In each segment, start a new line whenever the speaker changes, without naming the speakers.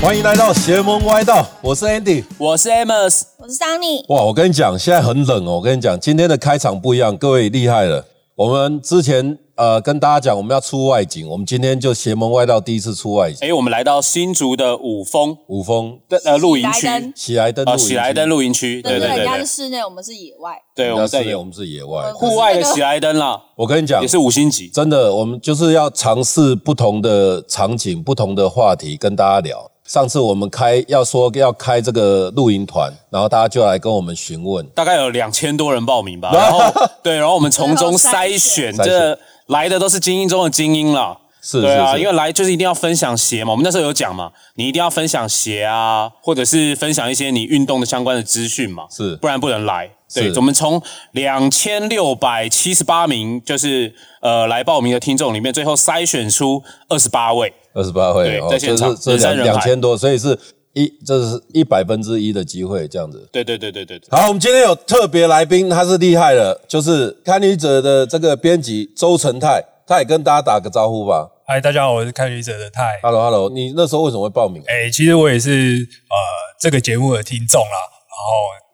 欢迎来到邪门歪道，我是 Andy。
我是 Amos，
我是 Sunny，
哇，我跟你讲，现在很冷哦。我跟你讲，今天的开场不一样，各位厉害了。我们之前呃跟大家讲，我们要出外景，我们今天就邪门歪道第一次出外景，
哎，我们来到新竹的五峰
五峰
的呃露营
喜来登
区，
喜来登露
呃
营区
喜来登，露营区，
但
对
是
对对
人家
对
是，室内，我们是野外。
对我
那
们
是
在
野我们是野外。
我
户外的喜来登啦，
我跟你讲
也，是五星级，
真的，我们就是要尝试不同的场景、不同的话题跟大家聊。上次我们开要说要开这个露营团，然后大家就来跟我们询问，
大概有两千多人报 名吧，然后对，然后我们从中
最后
筛
筛
选
选
这来的都是精英中的精英啦。
是
对啊，
是是
因为来就是一定要分享鞋嘛，我们那时候有讲嘛，你一定要分享鞋啊，或者是分享一些你运动的相关的资讯嘛，
是
不然不能来。对，
是
我们从两千六百七十八名就是呃来报名的听众里面，最后筛选出二十八位，
二十八位
对
哦，
在
这
现
是
场
这
人山
两
人
两
海
千多，所以是一这是一百分之一的机会这样子。
对对对对对对，
好，我们今天有特别来宾，他是厉害了，就是《看女者》的这个编辑周成泰，他也跟大家打个招呼吧。
嗨，大家好，我是开局者的泰。
Hello，Hello，你那时候为什么会报名？
哎、其实我也是呃这个节目的听众啦，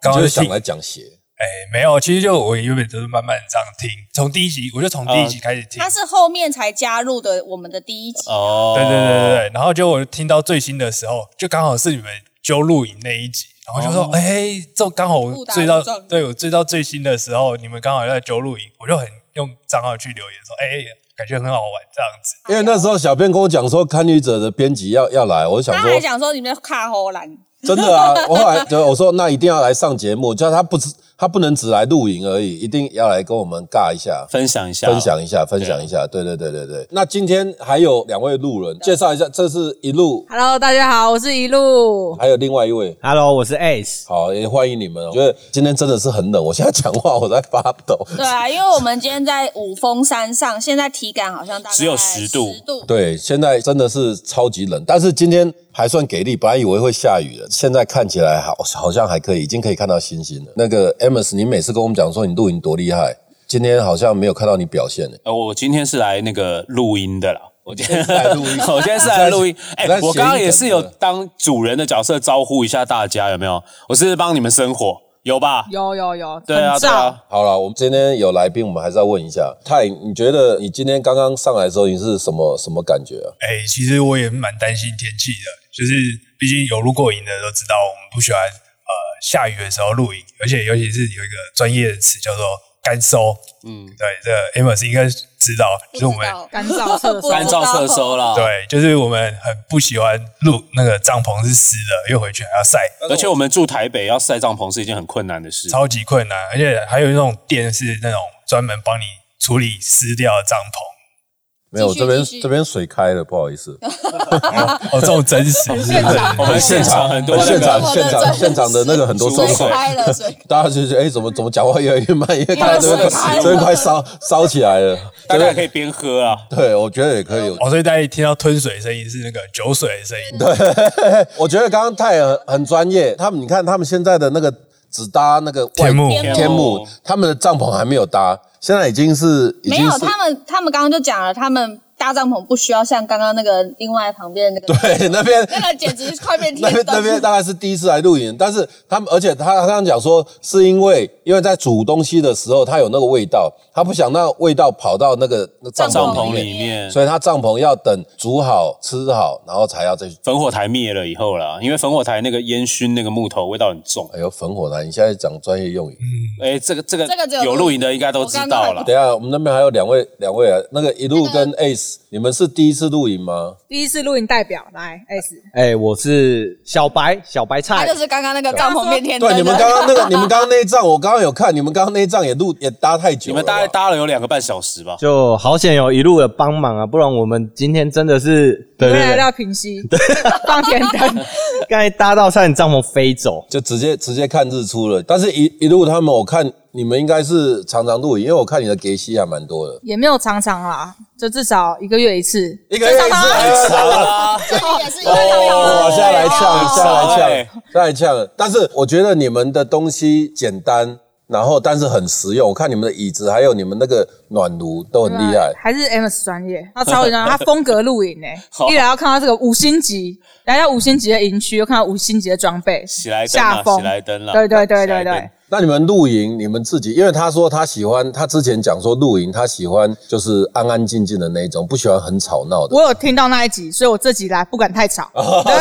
然后刚
就
刚
是
听
想，来讲鞋，
哎、没有，其实就我原本都是慢慢这样听，从第一集我就从第一集
哦
开始听，
他是后面才加入的我们的第一集，
啊
哦，
对对对对对，然后就我听到最新的时候，就刚好是你们揪录影那一集，然后就
哦
说，哎、这刚好我
误打
追到
误，撞
对我追到最新的时候，你们刚好在揪录影，我就很用账号去留言说，哎、感觉很好玩这样子。
因为那时候小编跟我讲说《看女者》的编辑要要来，我就想
他
说
还想说你们卡喉兰，
真的啊，我后来就我说那一定要来上节目，叫他不只他不能只来露营而已，一定要来跟我们尬一下。
分享一下，
分享一下，分享一下，对对对对对。那今天还有两位路人，介绍一下，这是一路，
Hello，大家好，我是一路。
还有另外一位，
Hello，我是 Ace。
好，也欢迎你们哦。我觉得今天真的是很冷，我现在讲话我在发抖。
对啊，因为我们今天在五峰山上，现在体感好像大概
只有10度
10度，
对，现在真的是超级冷，但是今天还算给力。本来以为会下雨的，现在看起来好好像还可以，已经可以看到星星了。那个 Amos，你每次跟我们讲说你露营多厉害，今天好像没有看到你表现呢。
呃，我今天是来那个录音的啦。我今天
来录音
我今天是来 录音。哎、
你在
我刚刚
谐音梗
也是有
对不
当主人的角色招呼一下大家，有没有？我是帮你们生火，有吧？
有有有，
对啊，
很
对
燥。
啊。
好了，我们今天有来宾，我们还是要问一下泰，你觉得你今天刚刚上来的时候，你是什么什么感觉啊？
哎、其实我也蛮担心天气的，就是毕竟有露过营的都知道，我们不喜欢呃下雨的时候露营，而且尤其是有一个专业的词叫做干收，嗯，对，这个 Amos 应该知道，就是我们
干燥厕所
啊干燥厕收啦。，
对，就是我们很不喜欢露那个帐篷是湿的，又回去还要晒，
而且我们住台北，要晒帐篷是一件很困难的事。
超级困难，而且还有那种店是那种专门帮你处理湿掉的帐篷，
没有，我
继续
这边
继续
这边水开了，不好意 思。
哦，这种真实是不是？
我们现场很多那个
现场
我的
现场
真
现场的那个很多收
水
水
水，
开 了，水
大家就觉得哎、怎么怎么讲话越来越慢，因为大家这
因为
边
水开了
这边快烧烧起来了。
大家也可以边喝啊。
对，我觉得也可 以。
哦，所以大家一听到吞水的声音是那个酒水的声音，
我觉得刚刚泰很很专业，他们你看他们现在的那个只搭那个外
天幕
天幕
天幕，他们的帐篷还没有搭，现在已经是已
没
经
有，
是
他们他们刚刚就讲了，他们搭帐篷不需要像刚刚那个另外旁边的那个，
对那边
那个简直快变
那
天
边
灯
那边大概是第一次来露营，但是他们，而且他他刚刚讲说，是因为因为在煮东西的时候，他有那个味道，他不想那个味道跑到那个那帐
帐
篷
篷
里
里
面，
面，
哦所以他帐篷要等煮好吃好，然后才要再去。
烽火台灭了以后啦，因为烽火台那个烟熏那个木头味道很重。
哎呦，焚火台，你现在讲专业用语。
哎、这个这个
这个只有
有露营的应该都知道了
等。一下，我们那边还有两位两位啊，那个一路跟 Ace，你们是第一次露营吗？
第一次录影代表来 S，
哎、我是小白，小白
他
菜
就。是刚刚那个帐篷变天灯
对，
的，
你们刚刚那个，你们刚刚那一仗，我刚刚有看，你们刚刚那一仗也露也搭太久
你
了吧。
们大概搭了有两个半小时吧？
就好险有一路的帮忙啊，不然我们今天真的是对
我们
对
来
对，
到平溪放天灯，
刚才搭到差点帐篷飞走。
就直接直接看日出了。但是一一路他们，我看你们应该是常常露营，因为我看你的给息还蛮多的，
也没有常常啦，就至少一个月一次。
一个月一次，
啊
好啦，
这也是因为他们
哦，下来
哎
呛，下来
哎
呛，下来呛。但是我觉得你们的东西简单，然后但是很实用。我看你们的椅子还有你们那个暖炉都很厉害，
还是 MS 专业，他超 级专业，他风格露营诶、
好
一来要看到这个五星级，来到五星级的营区，又看到五星级的装备，
喜来登
下
啦，
风，
喜来登啦，
对对对
喜来
对
登
对，，
那你们露营，你们自己，因为他说他喜欢，他之前讲说露营，他喜欢就是安安静静的那一种，不喜欢很吵闹的。
我有听到那一集，所以我这集来不敢 太吵。
哦
对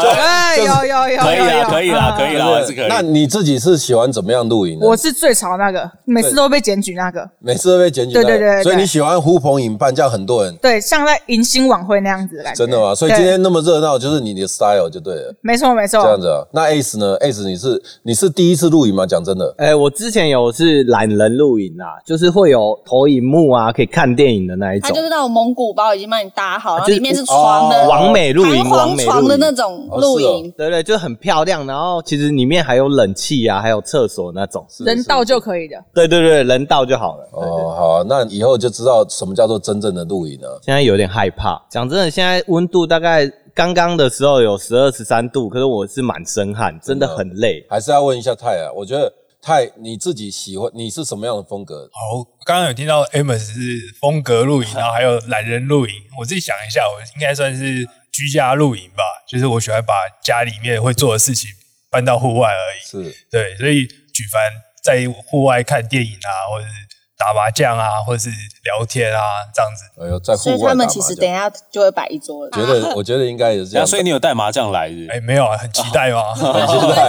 对，有有有，
可以
有有
啦，可以啦，
嗯
可以啦，还是可以。啊
那你自己是喜欢怎么样露营呢？
我是最吵那个，每次都被检举那个。
每次都被检举的，
对对对对
所以你喜欢呼朋引伴，这样很多人
对，像在迎新晚会那样子的感觉。
真的吗？所以
对
今天那么热闹，就是你的 style 就对了，
没错没错，
这样子啊。那 Ace 呢？Ace 你是你是第一次露营吗？讲真的，
哎、我之前有是懒人露营啊，就是会有投影幕啊，可以看电影的那一
它
种
就，是那种蒙古包已经帮你搭好，然后
就是
里面是床的，
啊哦
完美露营，
弹
完
簧
美露
床的那
营。
种
哦
露
是哦
营，
对对，就很漂亮，然后其实里面还有冷气啊，还有厕所那种。
是
人到就可以的。
对对对，人到就好了。对对
哦，好啊、那以后就知道什么叫做真正的露营了、
现在有点害怕，讲真的，现在温度大概刚刚的时候有十二十三度，可是我是满身汗，真的很累。
还是要问一下泰啊，我觉得泰你自己喜欢你是什么样的风格？
好，刚刚有听到 Amos 是风格露营，然后还有懒人露营。我自己想一下，我应该算是居家露营吧，就是我喜欢把家里面会做的事情搬到户外而已。
是
对，所以举凡在户外看电影啊，或者是打麻将啊，或者是聊天啊，这样子。
哎呦，在户
所
外
以他们
打麻
其实
将
等一下就会摆一桌了。
觉得，我觉得应该也是这
那
样。
啊所以你有带麻将来是不
哎、
是？
没有啊，很期待 嘛，
很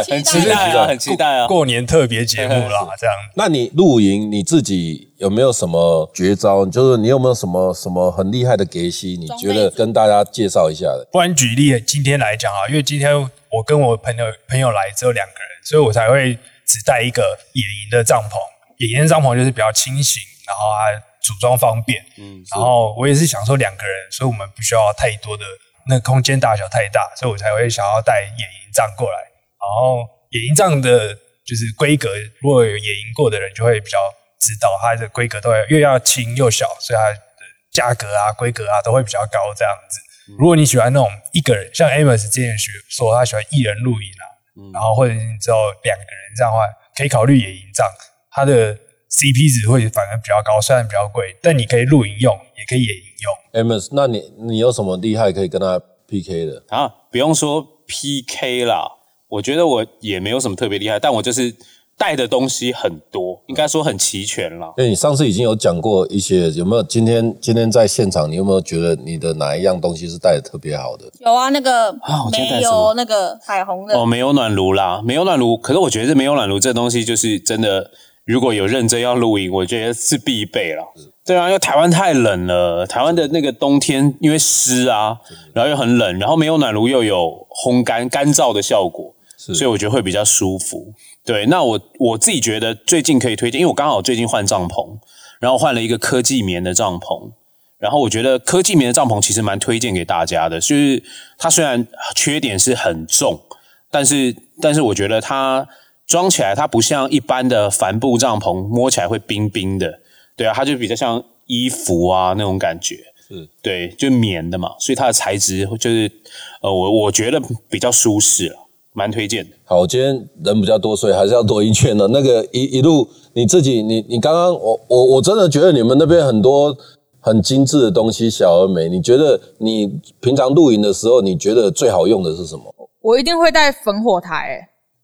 很期待啊，很期待啊。
过年特别节目啦，这样。
那你露营你自己有没有什么绝招？就是你有没有什么什么很厉害的给息？你觉得跟大家介绍一下的？
不然呃举例，今天来讲啊，因为今天我跟我朋友朋友来只有两个人，所以我才会只带一个野营的帐篷。野营的帐篷就是比较轻型，然后它组装方便。嗯，然后我也是想说两个人，所以我们不需要太多的那空间大小太大，所以我才会想要带野营帐过来。然后野营帐的就是规格，如果有野营过的人就会比较知道它的规格都会又要轻又小，所以它的价格啊、规格啊都会比较高这样子。如果你喜欢那种一个人，像 Amos 之前学说他喜欢一人露营啊，然后或者你只有两个人这样的话，可以考虑野营帐，它的 CP 值会反而比较高，虽然比较贵，但你可以露营用，也可以野营用。
Amos，那你你有什么厉害可以跟他 PK 的？
啊，不用说 PK 啦，我觉得我也没有什么特别厉害，但我就是带的东西很多，应该说很齐全啦。
因为你上次已经有讲过一些，有没有？今天今天在现场，你有没有觉得你的哪一样东西是带的特别好的？
有啊，那个
啊我今天带
没
什么
有那个彩虹的
哦，没有暖炉啦，没有暖炉。可是我觉得没有暖炉这东西，就是真的，如果有认真要露营，我觉得是必备啦。对啊，因为台湾太冷了，台湾的那个冬天因为湿啊，然后又很冷，然后没有暖炉又有烘干干燥的效果，
是
所以我觉得会比较舒服。对，那我我自己觉得最近可以推荐，因为我刚好最近换帐篷，然后换了一个科技棉的帐篷，然后我觉得科技棉的帐篷其实蛮推荐给大家的，就是它虽然缺点是很重，但是但是我觉得它装起来它不像一般的帆布帐篷，摸起来会冰冰的，对啊，它就比较像衣服啊那种感觉，
是
对，就棉的嘛，所以它的材质就是呃，我我觉得比较舒适了，蛮推荐的。
好，我今天人比较多，所以还是要多一圈的。那个一一路你自己，你你刚刚我我我真的觉得你们那边很多很精致的东西，小而美。你觉得你平常露营的时候，你觉得最好用的是什么？
我一定会带烽火台、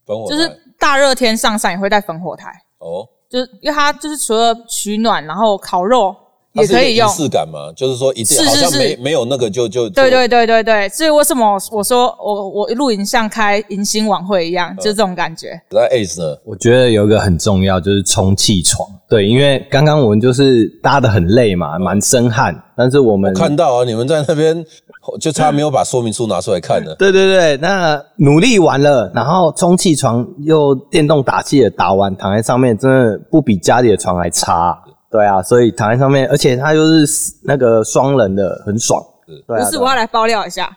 烽火台
欸，就是大热天上山也会带烽火台，
哦，
就是因为它就是除了取暖，然后烤肉
它
也
是一个
可以用
仪。式感嘛，就是说一定
是是
好像没
是
没有那个就就
对
就
对对对对，所以为什么我说我我露营像开迎新晚会一
嗯
样，就是这种感觉。
那 Ace 呢？
我觉得有一个很重要，就是充气床。对，因为刚刚我们就是搭的很累嘛，满身汗，但嗯是我们
看到啊，你们在那边就差没有把说明书拿出来 看呢。
对对对，那努力完了，然后充气床又电动打气也打完，躺在上面真的不比家里的床还差。对啊，所以躺在上面，而且它又是那个双人的，很爽。对啊，
不是，
对啊
我要来爆料一 下，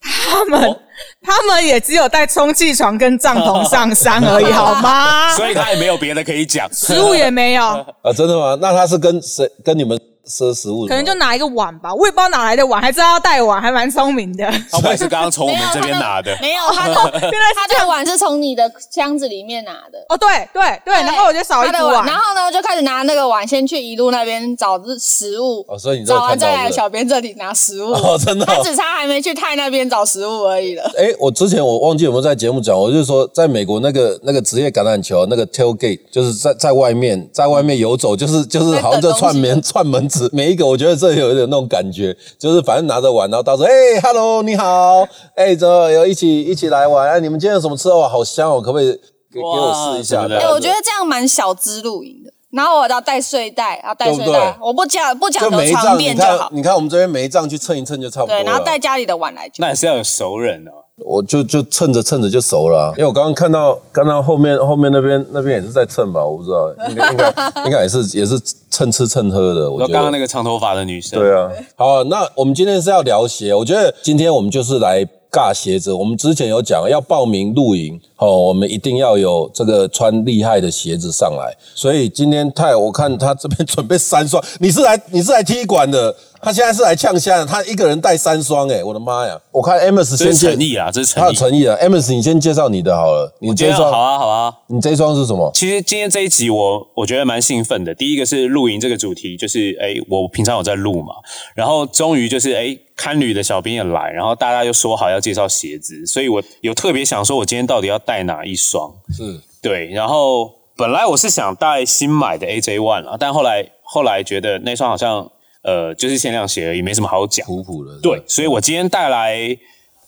他们、
哦
他们也只有带充气床跟帐篷上山而已， 好吗？
啊
所以它也没有别的可以讲，啊
食物也没有，
啊，真的吗？那他是跟谁跟你们奢食物什么，
可能就拿一个碗吧，我也不知道哪来的碗，还知道要带碗，还蛮聪明的。
老板是刚刚从我们这边拿的，
没有，啊他
原
的
来
他的碗是从你的箱子里面拿的。
哦，对对对，然后我就少一
他
个
的
碗
然，后呢就开始拿那个碗先去一路那边找食物，
哦，所以你这
找
有看
完
到
再来
是不是
小编这里拿食物。
哦，真的哦、
他只差还没去泰那边找食物而已了。
哎、我之前我忘记有没有在节目讲，我就是说，在美国那个那个职业橄榄球那个 tailgate，就是在在外面在外面游走，就是就是好像在串门串门子，每一个我觉得这有一点那种感觉，就是反正拿着碗，然后到时候哎、h e l l o 你好，哎、欸，怎么有一起一起来玩？哎、你们今天有什么吃的？哇，好香哦，可不可以给给我
哇
试一下？
什么的
这
哎、
样子
我觉得这样蛮小资露营的。然后我要带睡袋，要带睡
对不对
袋，我不讲不讲
就
究
每一
床
仗，你
垫就
看
好。
你看我们这边每一仗去蹭一蹭就差不多了。
对，然后带家里的碗来就
那也是要有熟人哦。
我就就蹭着蹭着就熟了啊、因为我刚刚看到看到后面后面那边那边也是在蹭吧，我不知道，应该应该应该也是也是蹭吃蹭喝的，我觉
说
得。
刚刚那个长头发的女生，
对啊，好啊那我们今天是要聊鞋，我觉得今天我们就是来尬鞋子。我们之前有讲要报名露营，哦，我们一定要有这个穿厉害的鞋子上来。所以今天泰，我看他这边 准备三双，你是来你是来踢馆的，他现在是来呛虾的，他一个人带三双，哎，我的妈呀！我看 Amos
这
先
是
介
诚意啦，这是
他
诚
有
意。
诚意啊，Amos，你先介绍你的好了，你
今
这一
天好
双
啊，好啊。
你这一双是什么？
其实今天这一集我我觉得蛮兴奋的。第一个是露营这个主题，就是哎，我平常有在录嘛，然后终于就是哎，看旅的小编也来，然后大家又说好要介绍鞋子，所以我有特别想说，我今天到底要带哪一双？
是
对，然后本来我是想带新买的 AJ One 啊，但后来后来觉得那双好像呃就是限量鞋而已，没什么好讲。
普普的，
对，所以我今天带来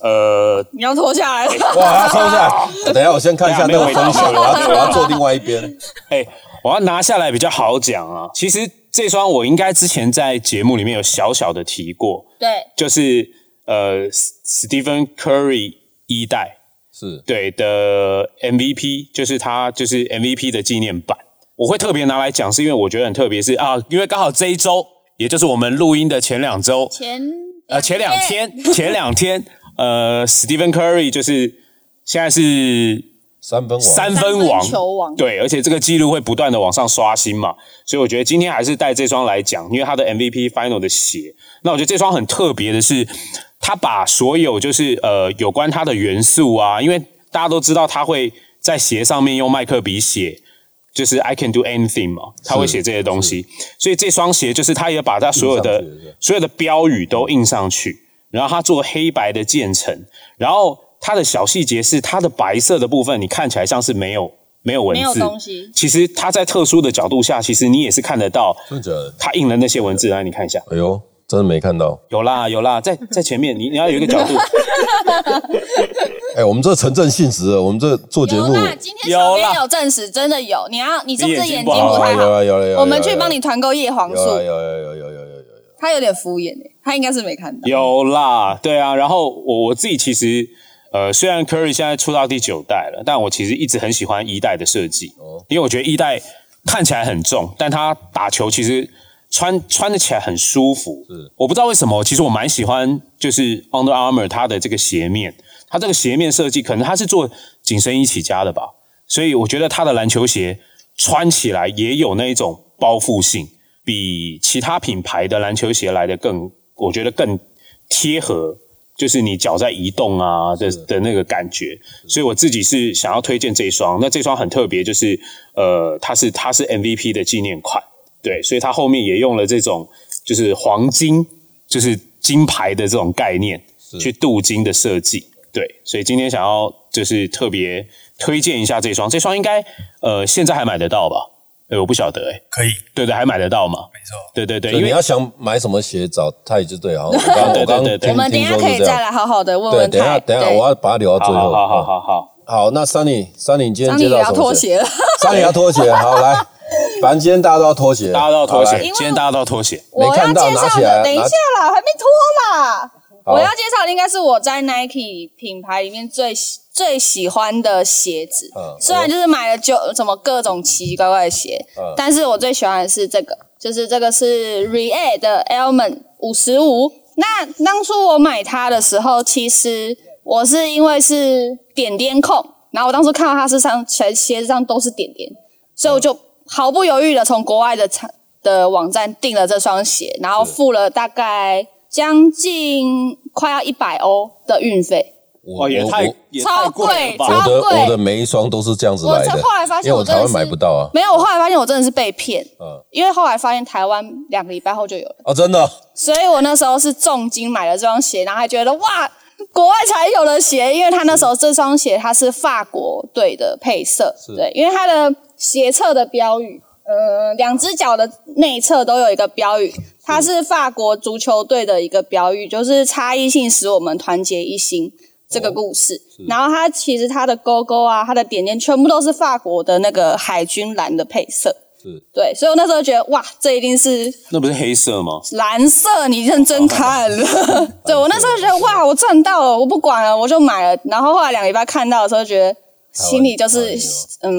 呃
你要脱下来了。
哇，他抽下 来，等一下我先看一下那个
啊没有味道
风向，我要我要坐另外一边。
哎、我要拿下来比较好讲啊。其实这双我应该之前在节目里面有小小的提过，
对，
就是呃，S-，Stephen Curry 一代
是
对的 MVP，就是他就是 MVP 的纪念版，我会特别拿来讲，是因为我觉得很特别，是啊，因为刚好这一周，也就是我们录音的前两周，
前
呃，前两天，前两天，呃，Stephen Curry 就是现在是
三分王，
三分王，
三分球王
对，而且这个记录会不断的往上刷新嘛，所以我觉得今天还是带这双来讲，因为它的 MVP Final 的鞋，那我觉得这双很特别的是，它把所有就是呃有关它的元素啊，因为大家都知道它会在鞋上面用麦克笔写。就是 I can do anything 嘛，他会写这些东西，所以这双鞋就是他也把它所有的
印上去对
所有的标语都印上去，然后它做黑白的渐层，然后它的小细节是它的白色的部分，你看起来像是没有没有文字，
没有东西
其实它在特殊的角度下，其实你也是看得到
真的假的？
它印了那些文字。来，你看一下，
哎呦，真的没看到。
有啦有啦， 在在前面，你你要有一个角度，
哎、我们这城镇信实了，我们这做节
有
目啊
啦，今天小
有啦
编有证实，真的有。你要你是不是
你眼睛
眼睛
不好
不太
有
好？
了有了有了，
我们去帮你团购叶黄
有了
素，
有了有了有了有了有了啊有了。
他有点敷衍诶，他应该是没看到。
有啦，对啊。然后我我自己其实，呃，虽然 Curry 现在出到第九代了，但我其实一直很喜欢一代的设计，因为我觉得一代看起来很重，但他打球其实穿穿得起来很舒服。我不知道为什么，其实我蛮喜欢就是 Under Armour 它的这个鞋面，它这个鞋面设计可能它是做紧身衣起家的吧，所以我觉得它的篮球鞋穿起来也有那一种包覆性，比其他品牌的篮球鞋来的更，我觉得更贴合，就是你脚在移动啊的的那个感觉。所以我自己是想要推荐这一双，那这双很特别，就是呃，它是它是 MVP 的纪念款，对，所以它后面也用了这种就是黄金，就是金牌的这种概念去镀金的设计，对，所以今天想要就是特别推荐一下这双，这双应该呃现在还买得到吧？哎，我不晓得哎、
可以，
对对，还买得到嘛？
没错。
对对对，
所以
因
你
为
要想买什么鞋找泰就对，好像我 刚
对对
我刚
对对对
我们等一
听
下
说
可以
是这
再
样。
来好好的问
对，
问
等一下
他。
等一下，
对
我要把它留到
好
最
好
后。
好好好好，
好，那桑尼，桑尼，你今天
张
介
也
绍
要
什么？
脱，鞋了。
桑尼要脱 鞋。好，来，反正今天大家都要脱鞋，
大家都要脱
好
鞋，
来
因为
今天大家都要脱鞋，
没
我要
看到
介
拿
绍
起来
的，等一
拿
下啦，还没脱啦。
好
我要介绍的应该是我在 Nike 品牌里面最喜最喜欢的鞋子
嗯，
虽然就是买了九什么各种奇奇怪怪的鞋
嗯，
但是我最喜欢的是这个，就是这个是 r e a 的 Element 五十五。那当初我买它的时候，其实我是因为是点点控，然后我当初看到它身上全鞋子上都是点点，所以我就毫不犹豫的从国外的厂的网站订了这双鞋，然后付了大概将近快要一百欧的运费。
我
哇，哦也
我
太
我
也太了吧
超贵
我的
贵
我的每一双都是这样子
我
来
才
的，
后来发
因
现
为我
我真
台
的
湾
是
买不到啊。
没有，我后来发现我真的是被骗，
嗯，
因为后来发现台湾两个礼拜后就有了，
哦，真 的，
所以我那时候是重金买了这双鞋，然后还觉得哇，国外才有的鞋，因为它那时候这双鞋它是法国队的配色
是，
对，因为它的鞋侧的标语，呃，两只脚的内侧都有一个标语，它是法国足球队的一个标语，就是差异性使我们团结一心。这个故事，然后它其实它的勾勾啊，它的点点全部都是法国的那个海军蓝的配色，
是
对，所以我那时候觉得哇，这一定是
那不是黑色吗？
蓝色，你认真看了。对我那时候觉得哇，我赚到了，我不管了，我就买了。然后后来两个礼拜看到的时候，觉得心里就
台
是
湾
嗯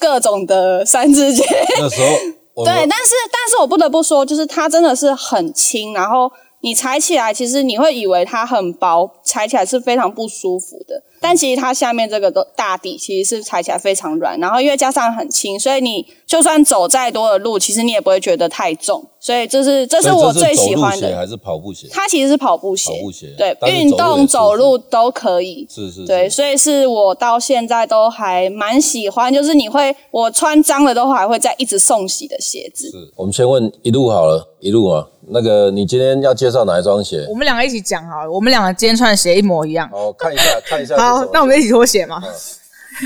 各种的三字经。
那时候我
对，但是但是我不得不说，就是它真的是很轻，然后你踩起来，其实你会以为它很薄，踩起来是非常不舒服的。但其实它下面这个都大底其实是踩起来非常软，然后因为加上很轻，所以你就算走再多的路，其实你也不会觉得太重。所以这是这
所
是
以
我
这
最
走
喜
路
欢
鞋
的。
还是跑步鞋？
它其实是跑步鞋，
跑步鞋啊
对
但是
运
走路也
动
舒服
走路都可以。
是是，
对，
是
所以是我到现在都还蛮喜欢，就是你会我穿脏了都还会再一直送洗的鞋子。
是。我们先问一路好了，一路啊，那个你今天要介绍哪一双鞋
我？们两个一起讲好了，我们两个今天穿的鞋一模一样。
哦，看一下看一下是什么
好
鞋。，
那我们一起脱鞋嘛。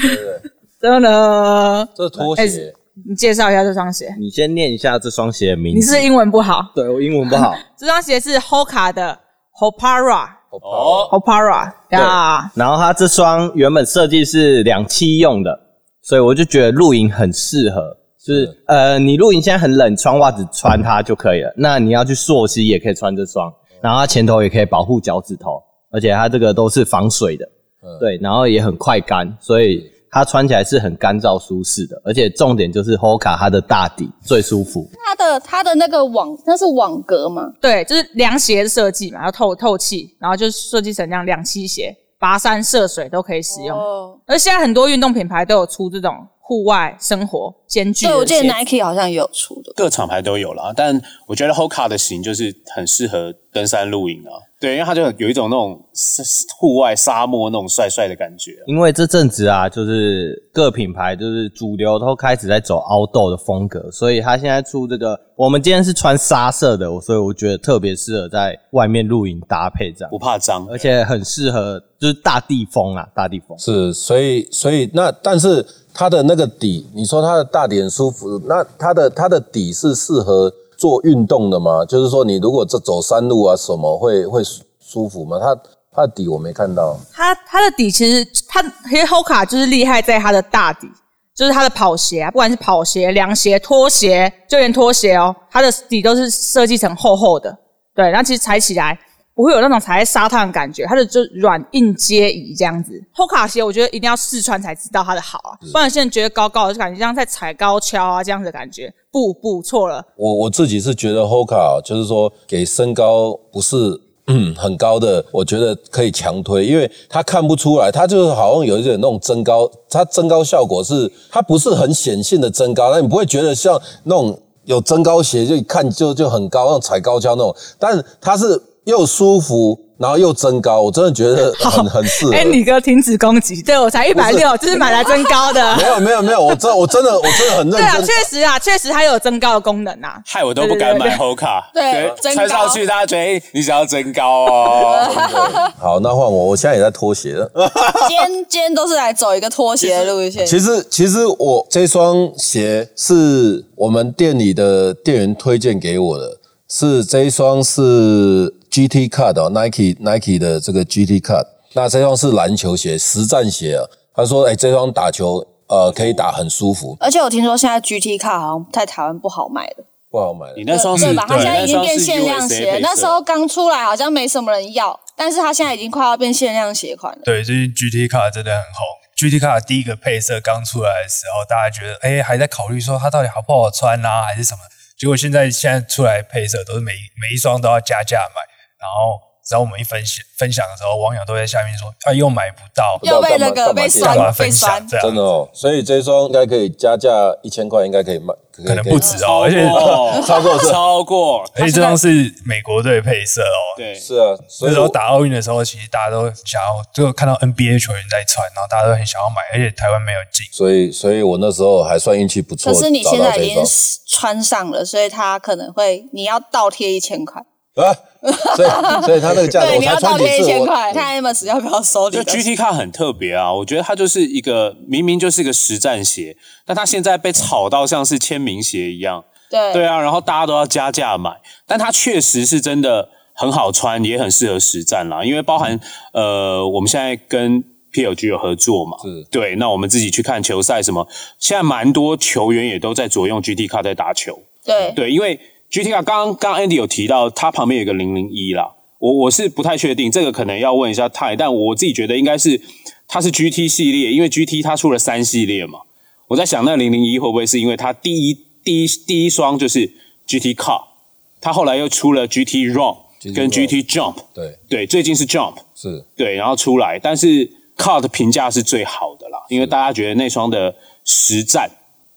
对对对
真的，
这是拖鞋
哎，你介绍一下这双鞋。
你先念一下这双鞋的名
你
字。
是不是英文不好，
对我英文不好，
这双鞋是 Hoka 的 Hopara
我哦跑
哦
Hopara 呀，
然后它这双原本设计是两栖用的，所以我就觉得露营很适合。就是呃，你露营现在很冷，穿袜子穿它就可以了。那你要去溯溪也可以穿这双，然后它前头也可以保护脚趾头，而且它这个都是防水的，
嗯
对，然后也很快干，所以它穿起来是很干燥舒适的。而且重点就是 Hoka 它的大底最舒服，
它的它的那个网，那是网格吗？
对，就是凉鞋的设计嘛，要透透气，然后就设计成这样两栖鞋，跋山涉水都可以使用。
哦，
而现在很多运动品牌都有出这种户外生活兼具
对，
的鞋
我
子。
记得 Nike 好像也有出的。
各厂牌都有啦，但我觉得 Hoka 的型就是很适合登山露营啊，对，因为它就有一种那种户外沙漠那种帅帅的感觉啊、
因为这阵子啊，就是各品牌就是主流都开始在走凹豆的风格，所以他现在出这个，我们今天是穿沙色的，所以我觉得特别适合在外面露营搭配这样
不，
嗯
怕脏，
而且很适合就是大地风啊，大地风。
是，所以所以那但是它的那个底，你说它的大底很舒服，那它的它的底是适合做运动的吗？就是说你如果这走山路啊什么会会舒舒服吗？它它的底我没看到，
它它的底其实它其实 Hoka 就是厉害在它的大底，就是它的跑鞋啊，不管是跑鞋、凉鞋、拖鞋，就连拖鞋哦，它的底都是设计成厚厚的，对，那其实踩起来不会有那种踩在沙滩的感觉，它的就软硬皆宜这样子。Hoka 鞋我觉得一定要试穿才知道它的好啊，不然现在觉得高高的就感觉像在踩高跷啊这样子的感觉，不不错了，
我我自己是觉得 Hoka 哦就是说给身高不是。嗯，很高的，我觉得可以强推，因为它看不出来，它就是好像有一点那种增高，它增高效果是它不是很显性的增高，但你不会觉得像那种有增高鞋就一看就就很高，那种踩高跷那种，但它是又舒服，然后又增高，我真的觉 得很很适合。
哎、你哥停止攻击，对我才一百六，就是买来增 高的。
没有没有没有，我真我真的我真的很认
对啊，
真
确。实啊，确实它有增高的功能啊。
害我都不敢买
对
Hoka，
对增高
穿上去大家觉得哎你想要增高哦，
好，那换我，我现在也在拖鞋了。
今天今天都是来走一个拖鞋的路线。
其实，其实我这双鞋是我们店里的店员推荐给我的，是这一双是 GT Cut 哦，Nike Nike 的这个 GT Cut。那这双是篮球鞋，实战鞋啊。他说，哎、这双打球呃可以打很舒服，
而且我听说现在 GT 卡好像在台湾不好卖了，
不好买了
你。那双是
对吧？它现在已经变限量鞋，
那双是 USA 配色
那时候刚出来好像没什么人要，但是它现在已经快要变限量鞋款了。
对，最近 GT 卡真的很红。GT 卡第一个配色刚出来的时候，大家觉得哎、还在考虑说它到底好不好穿啊，还是什么？结果现在现在出来配色都是每每一双都要加价买，然后只要我们一分享分享的时候，网友都在下面说啊又买不到，
又被那个被
干嘛
酸被
分
酸
享？这样？
真的哦，所以这一双应该可以加价一千块，应该可以卖，可
可能不
止。
止哦，而且
哦，
超过是
超过，
而哎且这双是美国队配色哦。
对，
是啊，所
那
以
时候
我
打奥运的时候，其实大家都想要，就看到 NBA 球员在穿，然后大家都很想要买，而且台湾没有进。
所以所以我那时候还算运气不错，
可是你
找
现
到
在
这
已
一
经
双
穿上了，所以它可能会你要倒贴一千块，
啊，所以所以他那个价格
对，
我
你
才
要
穿
倒
几
贴一
次，
千
我
块，看 Amos 要不要收你
就
的。
GT 卡很特别啊，我觉得它就是一个明明就是一个实战鞋，但它现在被炒到像是签名鞋一样。
对
对啊，然后大家都要加价买，但它确实是真的很好穿，也很适合实战啦。因为包含呃，我们现在跟 PLG 有合作嘛，
是
对。那我们自己去看球赛什么，现在蛮多球员也都在着用 GT 卡在打球。
对
对，因为 GT 卡刚刚 Andy 有提到，它旁边有一个零零一啦，我我是不太确定，这个可能要问一下 Ty，但我自己觉得应该是它是 GT 系列，因为 GT 它出了三系列嘛，我在想那零零一会不会是因为它第一第一第一双就是 GT Car，它后来又出了 GT Run
GT
跟
Run
GT Jump，
对
对，最近是 Jump，
是
对，然后出来，但是 Car 的评价是最好的啦，因为大家觉得那双的实战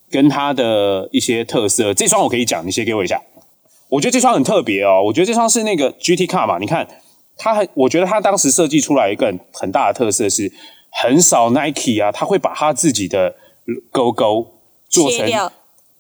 跟它的一些特色，这双我可以讲，你先给我一下。我觉得这双很特别哦，我觉得这双是那个 GT Car 嘛，你看它很，我觉得它当时设计出来一个很很大的特色是，很少 Nike 啊，它会把它自己的勾勾做
切
成
掉，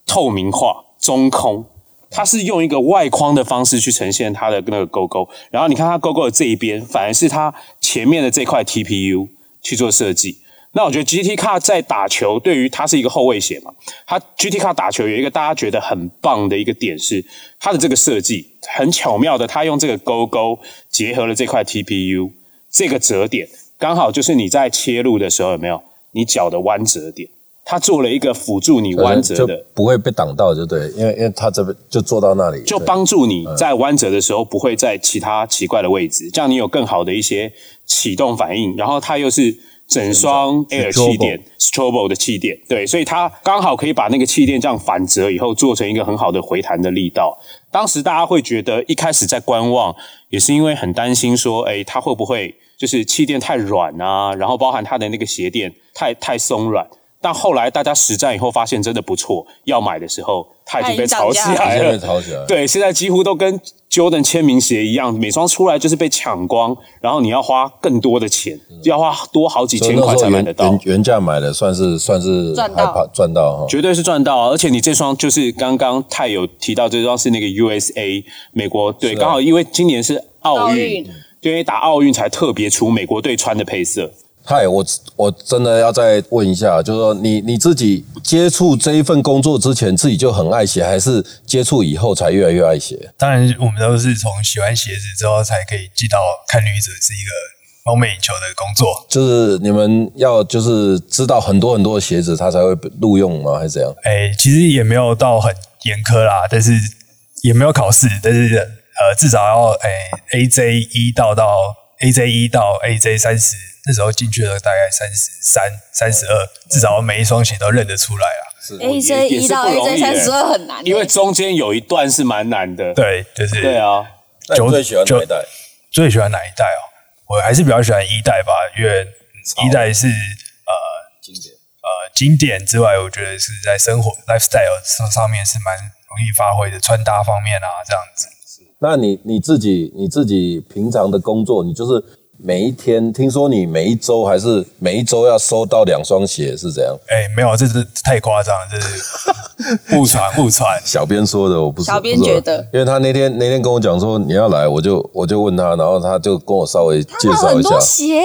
透明化、中空，它是用一个外框的方式去呈现它的那个勾勾。然后你看它勾勾的这一边，反而是它前面的这块 TPU 去做设计。那我觉得 GT 卡在打球，对于它是一个后卫鞋嘛，它 GT 卡打球有一个大家觉得很棒的一个点是，它的这个设计很巧妙的，它用这个勾勾结合了这块 TPU 这个折点，刚好就是你在切入的时候有没有你脚的弯折点，它做了一个辅助你弯折
就
的
不会被挡到，就对，因为因为他这边就坐到那里，
就
对
帮助你在弯折的时候不会在其他奇怪的位置，这样你有更好的一些启动反应。然后它又是整双 Air 气垫 Strobo 的气垫，对，所以它刚好可以把那个气垫这样反折以后，做成一个很好的回弹的力道。当时大家会觉得一开始在观望，也是因为很担心说，哎，它会不会就是气垫太软啊？然后包含它的那个鞋垫太太松软。但后来大家实战以后发现真的不错，要买的时候它已经被炒起来
直
了
接被，吵起来。
对，现在几乎都跟 Jordan 签名鞋一样，每双出来就是被抢光，然后你要花更多的钱，要花多好几
嗯所以
千
那
块
时
才
候
买
原
得到
原。原价买的，算是算是
赚到
还跑赚到哈。
绝对是赚到啊、而且你这双就是刚刚泰有提到，这双是那个 USA 美国队，
是啊
刚好因为今年是奥
奥
运
运，
对，因为打奥运才特别出美国队穿的配色。
嗨，我我真的要再问一下，就是说你你自己接触这一份工作之前，自己就很爱鞋，还是接触以后才越来越爱鞋？
当然，我们都是从喜欢鞋子之后，才可以进到看女子是一个梦寐以求的工作。
就是你们要就是知道很多很多的鞋子，它才会录用吗？还是怎样？
哎、其实也没有到很严苛啦，但是也没有考试，但是呃，至少要哎、AJ 一到到 AJ 一到 AJ 三十，那时候进去了大概三十三、三十二，至少每一双鞋都认得出来啊。
，AJ
也
一
是
到
不容易
AJ 三十二很难欸，
因为中间有一段是蛮难的。
对，就是
对啊，
那你
九
哎最喜欢哪一代？
最喜欢哪一代哦？我还是比较喜欢一代吧，因为一代是呃
经典。
呃经典之外，我觉得是在生活 lifestyle 上上面是蛮容易发挥的，穿搭方面啊这样子。
那你你自己你自己平常的工作，你就是每一天，听说你每一周还是每一周要收到两双鞋，是怎样？
哎，没有，这是太夸张了，这是误传误传。
小编说的，我不是。
小编
不是
觉得，
因为他那天那天跟我讲说你要来，我就我就问他，然后他就跟我稍微介
他
绍
很
一下
多，鞋，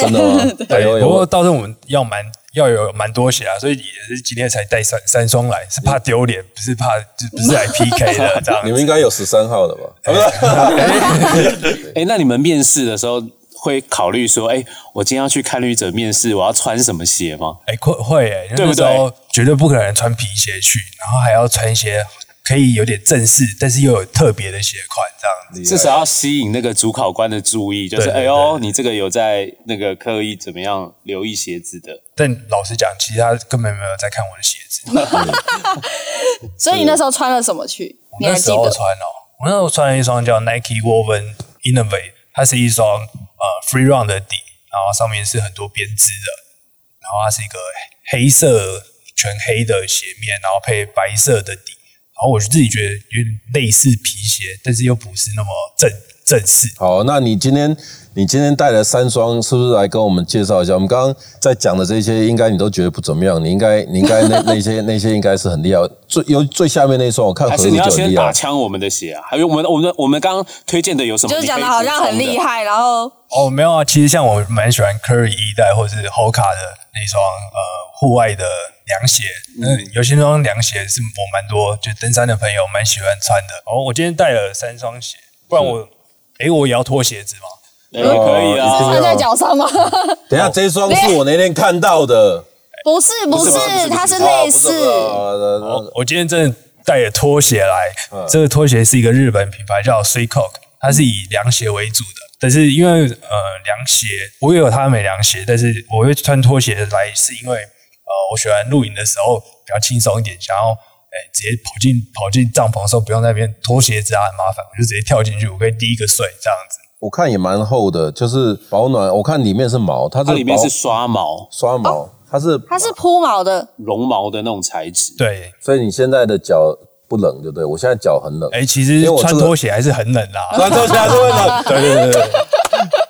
真的吗？哎呦
对，不过
呦，
倒是我们要蛮要有蛮多鞋啊，所以也是今天才带三三双来，是怕丢脸，不是怕就不是来 PK 的这样
你
子。
们应该有十三号的吧？啊不是
哎，那你们面试的时候会考虑说，哎，我今天要去看绿者面试，我要穿什么鞋吗？
哎、会会、欸，因为
对不
那时
对
候绝对不可能穿皮鞋去，然后还要穿一些可以有点正式，但是又有特别的鞋款这样子。
至少要吸引那个主考官的注意，就是
对对
哎呦，你这个有在那个刻意怎么样留意鞋子的？
但老实讲，其实他根本没有在看我的鞋子。
所以你那时候穿了什么去？
我
你还
那时
记
候
得？
穿哦，我那时候穿了一双叫 Nike Woven Innovate 它是一双呃 free run 的底，然后上面是很多编织的，然后它是一个黑色全黑的鞋面，然后配白色的底，然后我自己觉得有点类似皮鞋，但是又不是那么正正式。
好，那你今天你今天带了三双，是不是来跟我们介绍一下？我们刚刚在讲的这些，应该你都觉得不怎么样，你应该 你应该那那些那些应该是很厉害。最有最下面那一双，我看
还
盒子
是你
就
要
很
先
厉害
打。枪我们的鞋啊？还有我们我们我们刚刚推荐的有什么？
就是讲的好像很厉。害，然后
哦，没有啊，其实像我蛮喜欢 Curry 一代或是 Hoka 的那双呃户外的凉鞋，嗯，有些那双凉鞋是我蛮多就登山的朋友蛮喜欢穿的。哦，我今天带了三双鞋，不然我，诶，我也要脱鞋子吗？
也可以
哦一定要。
啊
穿在脚上吗？
等一下这一双是我那天看到的，
不是不
不是不
是，
是
它是
哦不
类似
不是呃呃
哦，我今天真的带了拖鞋来，这个拖鞋是一个日本品牌叫 Three Coke，它是以凉鞋为主的。但是因为呃凉鞋，我也有它的美凉鞋，但是我会穿拖鞋来，是因为呃我喜欢露营的时候比较轻松一点，想要哎直接跑进跑进帐篷的时候不用在那边脱鞋子啊很麻烦，我就直接跳进去，我可以第一个睡这样子。
我看也蛮厚的，就是保暖。我看里面是毛，它
它
是
里面
薄
是刷毛、
刷毛，它是
哦它是铺毛的，
绒毛的那种材质。
对，
所以你现在的脚不冷，对不对？我现在脚很冷，
哎，其
因
实
为我这
穿
个
拖鞋还是很冷啊哦啦。
穿拖鞋还是会 冷，
对对对对对。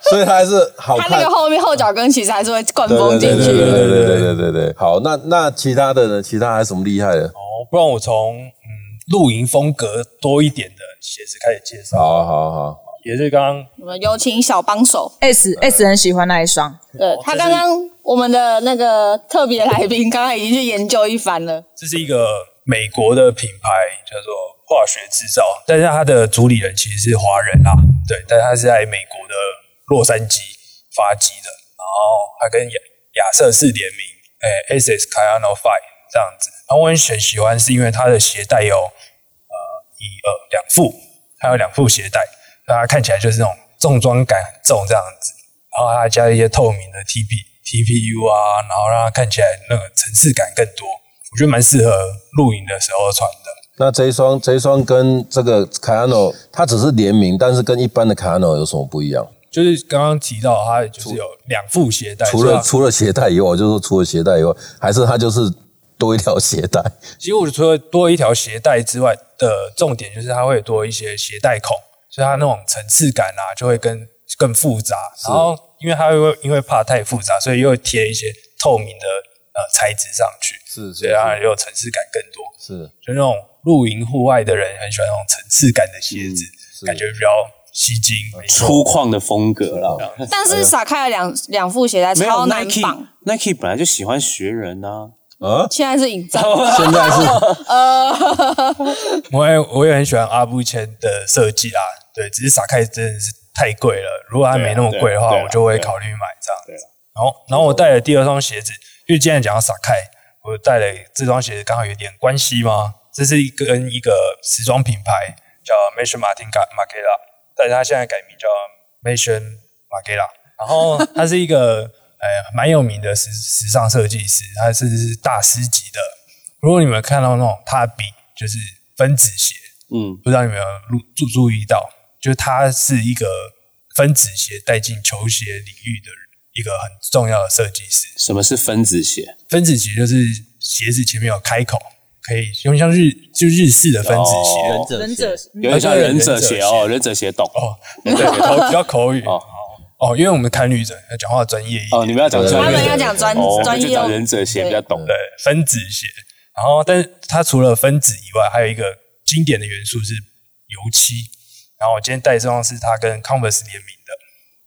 所以它还是好
它那
看
个。后面后脚跟其实还是会灌
对
风
对对
进
对
去。
对对对对对对。好，那那其他的呢？其他还有什么厉害的？
哦，不然我从嗯露营风格多一点的鞋子开始介绍。
好好好，
也是刚刚
什么有请小帮手？
S S 很喜欢那一双，
对他
这是
刚刚我们的那个特别来宾刚刚已经去研究一番了。
这是一个美国的品牌，叫做化学制造，但是它的主理人其实是华人啦，对，但它是在美国的洛杉矶发迹的，然后它跟亚亚瑟士联名，哎，SS Cayano Five 这样子。然后我很很喜欢，是因为它的鞋带有呃一二两副，还有两副鞋带，那它看起来就是那种重装感很重这样子。然后它加了一些透明的 TP TPU 啊，然后让它看起来那个层次感更多，我觉得蛮适合露营的时候穿的。
那这一双这一双跟这个 Cano，它只是联名，但是跟一般的 Cano 有什么不一样？
就是刚刚提到它就是有两副鞋带，
除
是
了
吧
除了鞋带以外，我就说除了鞋带以外，还是它就是多一条鞋带。
其实我除了多一条鞋带之外的重点，就是它会多一些鞋带孔，所以它那种层次感啊，就会更更复杂。然后因为它会因为怕太复杂，所以又贴一些透明的呃材质上去，
是啊
所以它啊又层次感更多。
是
就那种露营户外的人很喜欢那种层次感的鞋子，
嗯
感觉比较吸睛。没错
粗犷的风格啦，
啊
但是撒开了两两副鞋带
没有
超难
Nike
绑，
Nike 本来就喜欢学人啊，
啊，
现在是 引战。呃
现在是
我也我也很喜欢阿布谦的设计啦，对，只是撒开真的是太贵了。如果它没那么贵的话，
对啊对啊
我就会考虑买这样子。然后，然后我带了第二双鞋子，因为既然讲到撒开，我带了这双鞋子刚好有点关系嘛。这是一个跟一个时装品牌叫 Mason Martin Ga- Margiela，但是它现在改名叫 Mason Margiela。然后它是一个 呃蛮有名的时时尚设计师，他甚至是大师级的。如果你们看到那种踏比，就是分子鞋，
嗯，
不知道你们有注注注意到，就是它是一个分子鞋带进球鞋领域的一个很重要的设计师。
什么是分子鞋？
分子鞋就是鞋子前面有开口，可以用像日就日式的分子鞋。
哦
忍者鞋
有点像
对
忍者鞋哦，
忍者鞋
忍者鞋懂
哦，对，口比较口语
哦
哦因为我们看女者要讲话专业一点。
哦，你们要讲专
他
业
们
的，
要讲专
哦，我
专
们就
业
讲
哦
忍者鞋比较懂。
对，分子鞋。然后，但是它除了分子以外，还有一个经典的元素是油漆。然后我今天带这双是它跟 Converse 联名的，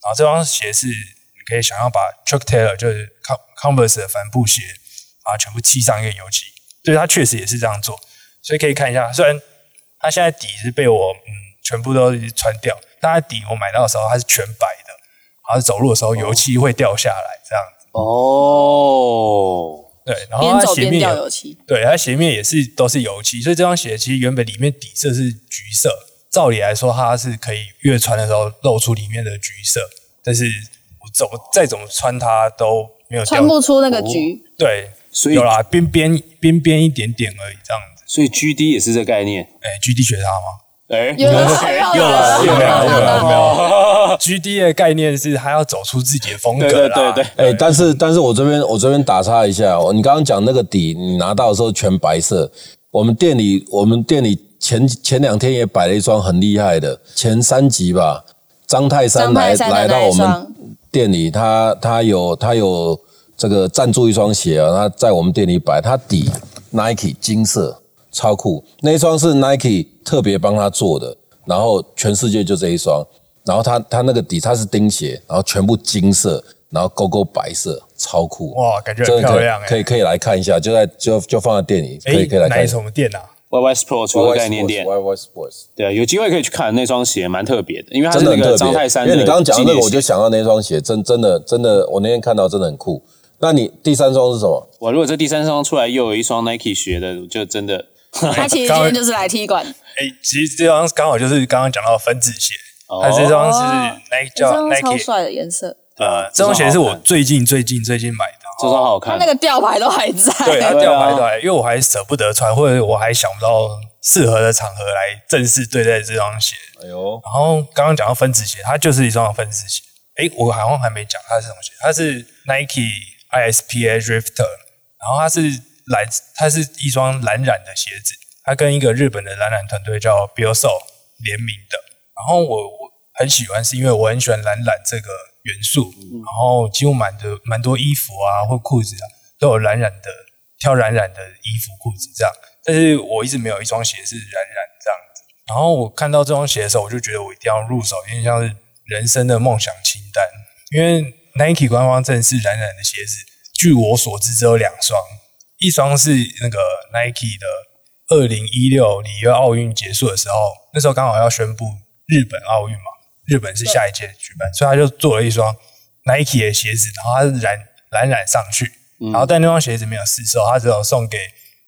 然后这双鞋是你可以想要把 Chuck Taylor 就是 Con Converse 的帆布鞋，把它全部漆上一个油漆。对，它确实也是这样做，所以可以看一下，虽然它现在底是被我嗯全部都穿掉，但它底我买到的时候它是全白的，然后走路的时候油漆会掉下来这样子。
哦，
对，然后
边
它
走
鞋
边
面也
掉油漆，
对，它鞋面也是都是油漆，所以这双鞋其实原本里面底色是橘色，照理来说它是可以越穿的时候露出里面的橘色，但是我怎么再怎么穿它都没有掉
穿，不出那个橘。
对，
所以
有啦，边边边边一点点而已这样子。
所以 G D 也是这概念。
哎，G D 学它吗？
哎，
有人看到
又来
了，
又来又来，
GD 的概念是他要走出自己的风
对对
格啦，
对对，
哎、但是但是我这边我这边打岔一下，哦我你刚刚讲那个底，你拿到的时候全白色。我们店里我们店里前前两天也摆了一双很厉害的，前三集吧，张泰山
张
来
泰山
来
的
到
那
我
一
们
双，
店里，他他有他有这个赞助一双鞋啊，他在我们店里摆，他底 Nike 金色超酷，那一双是 Nike 特别帮他做的，然后全世界就这一双，然后他他那个底它是钉鞋，然后全部金色，然后勾勾白色，超酷
哇感觉
真
很
的可以
漂亮欸
可以可以来看一下，就在就就放在店里，可以可以
哎，
来
哪
看
一
一下。
什么店啊？
YY Sports 概念店，
YY Sports，
对，啊有机会可以去看那双鞋，蛮特别的，因为它
真
是
的
那
很
个
特
张泰山
别。
的
因为你
纪念鞋。
刚刚讲那个，我就想到那双鞋，真真的真的，我那天看到真的很酷。那你第三双是什么？
哇，如果这第三双出来又有一双 Nike 鞋的，就 真的
他其实今天就是来踢馆，
哎，其实这双刚好就是刚刚讲到的分子鞋，
哦
它这双是
哦
Nike
这
叫
双超
Nike，
帅的颜色，
呃，这双鞋是
这双好
我
看
最近最近最近买的，哦
这双好
他
看
哦那。个吊牌都还在。
对，它
对啊
吊牌欸对，因为我还舍不得穿，或者我还想不到适合的场合来正式对待这双鞋。
哎呦，
然后刚刚讲到分子鞋，它就是一双分子鞋。诶，我好像还没讲它是什么鞋，它是 Nike ISPA Drifter，然后它是蓝，它是一双蓝染的鞋子，它跟一个日本的蓝染团队叫 b i o s o 联名的。然后我我很喜欢，是因为我很喜欢蓝染这个元素，然后几乎蛮的蛮多衣服啊或裤子啊都有蓝染的，挑蓝染的衣服裤子这样。但是我一直没有一双鞋是蓝染这样子。然后我看到这双鞋的时候，我就觉得我一定要入手，有点像是人生的梦想清单。因为 Nike 官方正式蓝染的鞋子，据我所知只有两双，一双是那个 Nike 的二零一六里约奥运结束的时候，那时候刚好要宣布日本奥运嘛，日本是下一届举办，所以他就做了一双 Nike 的鞋子，然后它是染蓝染上去，然后但那双鞋子没有试售，它只有送给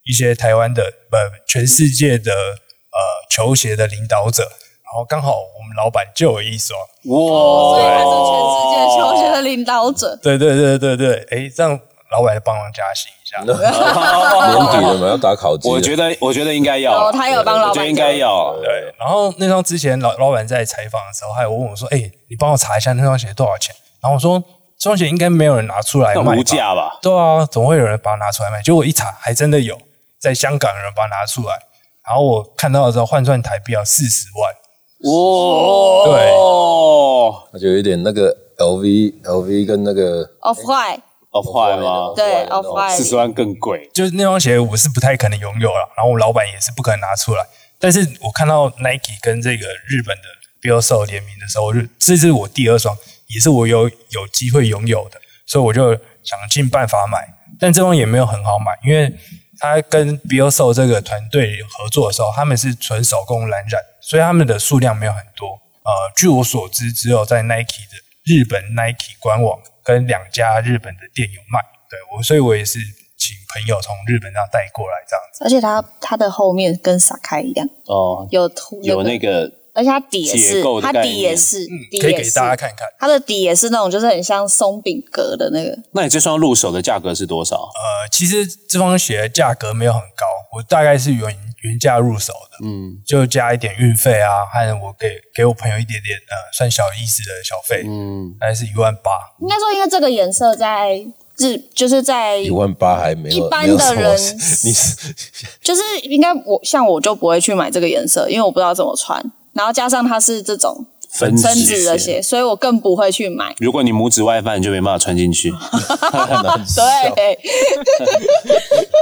一些台湾的呃全世界的呃球鞋的领导者，然后刚好我们老板就有一双，
所以
哇，
他是全世界球鞋的领导者，
对对对对对，哎，这样老板就帮忙加薪一下，
年底了嘛，要打烤鸡了。
我觉得，我觉得应该要，
哦，他有帮老
我觉
板
得应该要。
对，然后那双之前老老板在采访的时候，还有问我说：“哎、你帮我查一下那双鞋多少钱？”然后我说：“这双鞋应该没有人拿出来
那
卖吧，
无价吧？
对啊，总会有人把它拿出来卖。”结果一查，还真的有，在香港有人把它拿出来。然后我看到的时候，换算台币要四十万，
哇，
对
哦，
啊那就有点那个 LV LV 跟那个
，Off White，
坏吗？
对哦
那种
Off-White
四十万更贵，
就是那双鞋我是不太可能拥有了，然后我老板也是不可能拿出来。但是我看到 Nike 跟这个日本的 b i o s o 联名的时候，我就这是我第二双，也是我有有机会拥有的，所以我就想尽办法买。但这双也没有很好买，因为它跟 b i o s o 这个团队合作的时候，他们是纯手工蓝染，所以他们的数量没有很多。呃，据我所知，只有在 Nike 的日本 Nike 官网跟两家日本的店有卖。对我，所以我也是请朋友从日本那带过来这样子。
而且它它的后面跟撒开一样，
哦，
有凸
有那
个，
个
而且它底也
结
是
构，的
它
概
底也
念
是，底
可以
也
给
是，
大家看看。
它的底也是那种，就是很像松饼格的那个，
那你这双入手的价格是多少？
呃，其实这双鞋的价格没有很高，我大概是原原价入手的，
嗯，
就加一点运费啊，和我给给我朋友一点点呃算小意思的小费，嗯，大概是一万八。
应该说，因为这个颜色在日，就是在
一万八还没有。
一般
没有什
的
么
人
你 是
就是应该我像我就不会去买这个颜色，因为我不知道怎么穿，然后加上它是这种
分
分子的。鞋，所以我更不会去买。
如果你拇指外翻，你就没办法穿进 去，
对，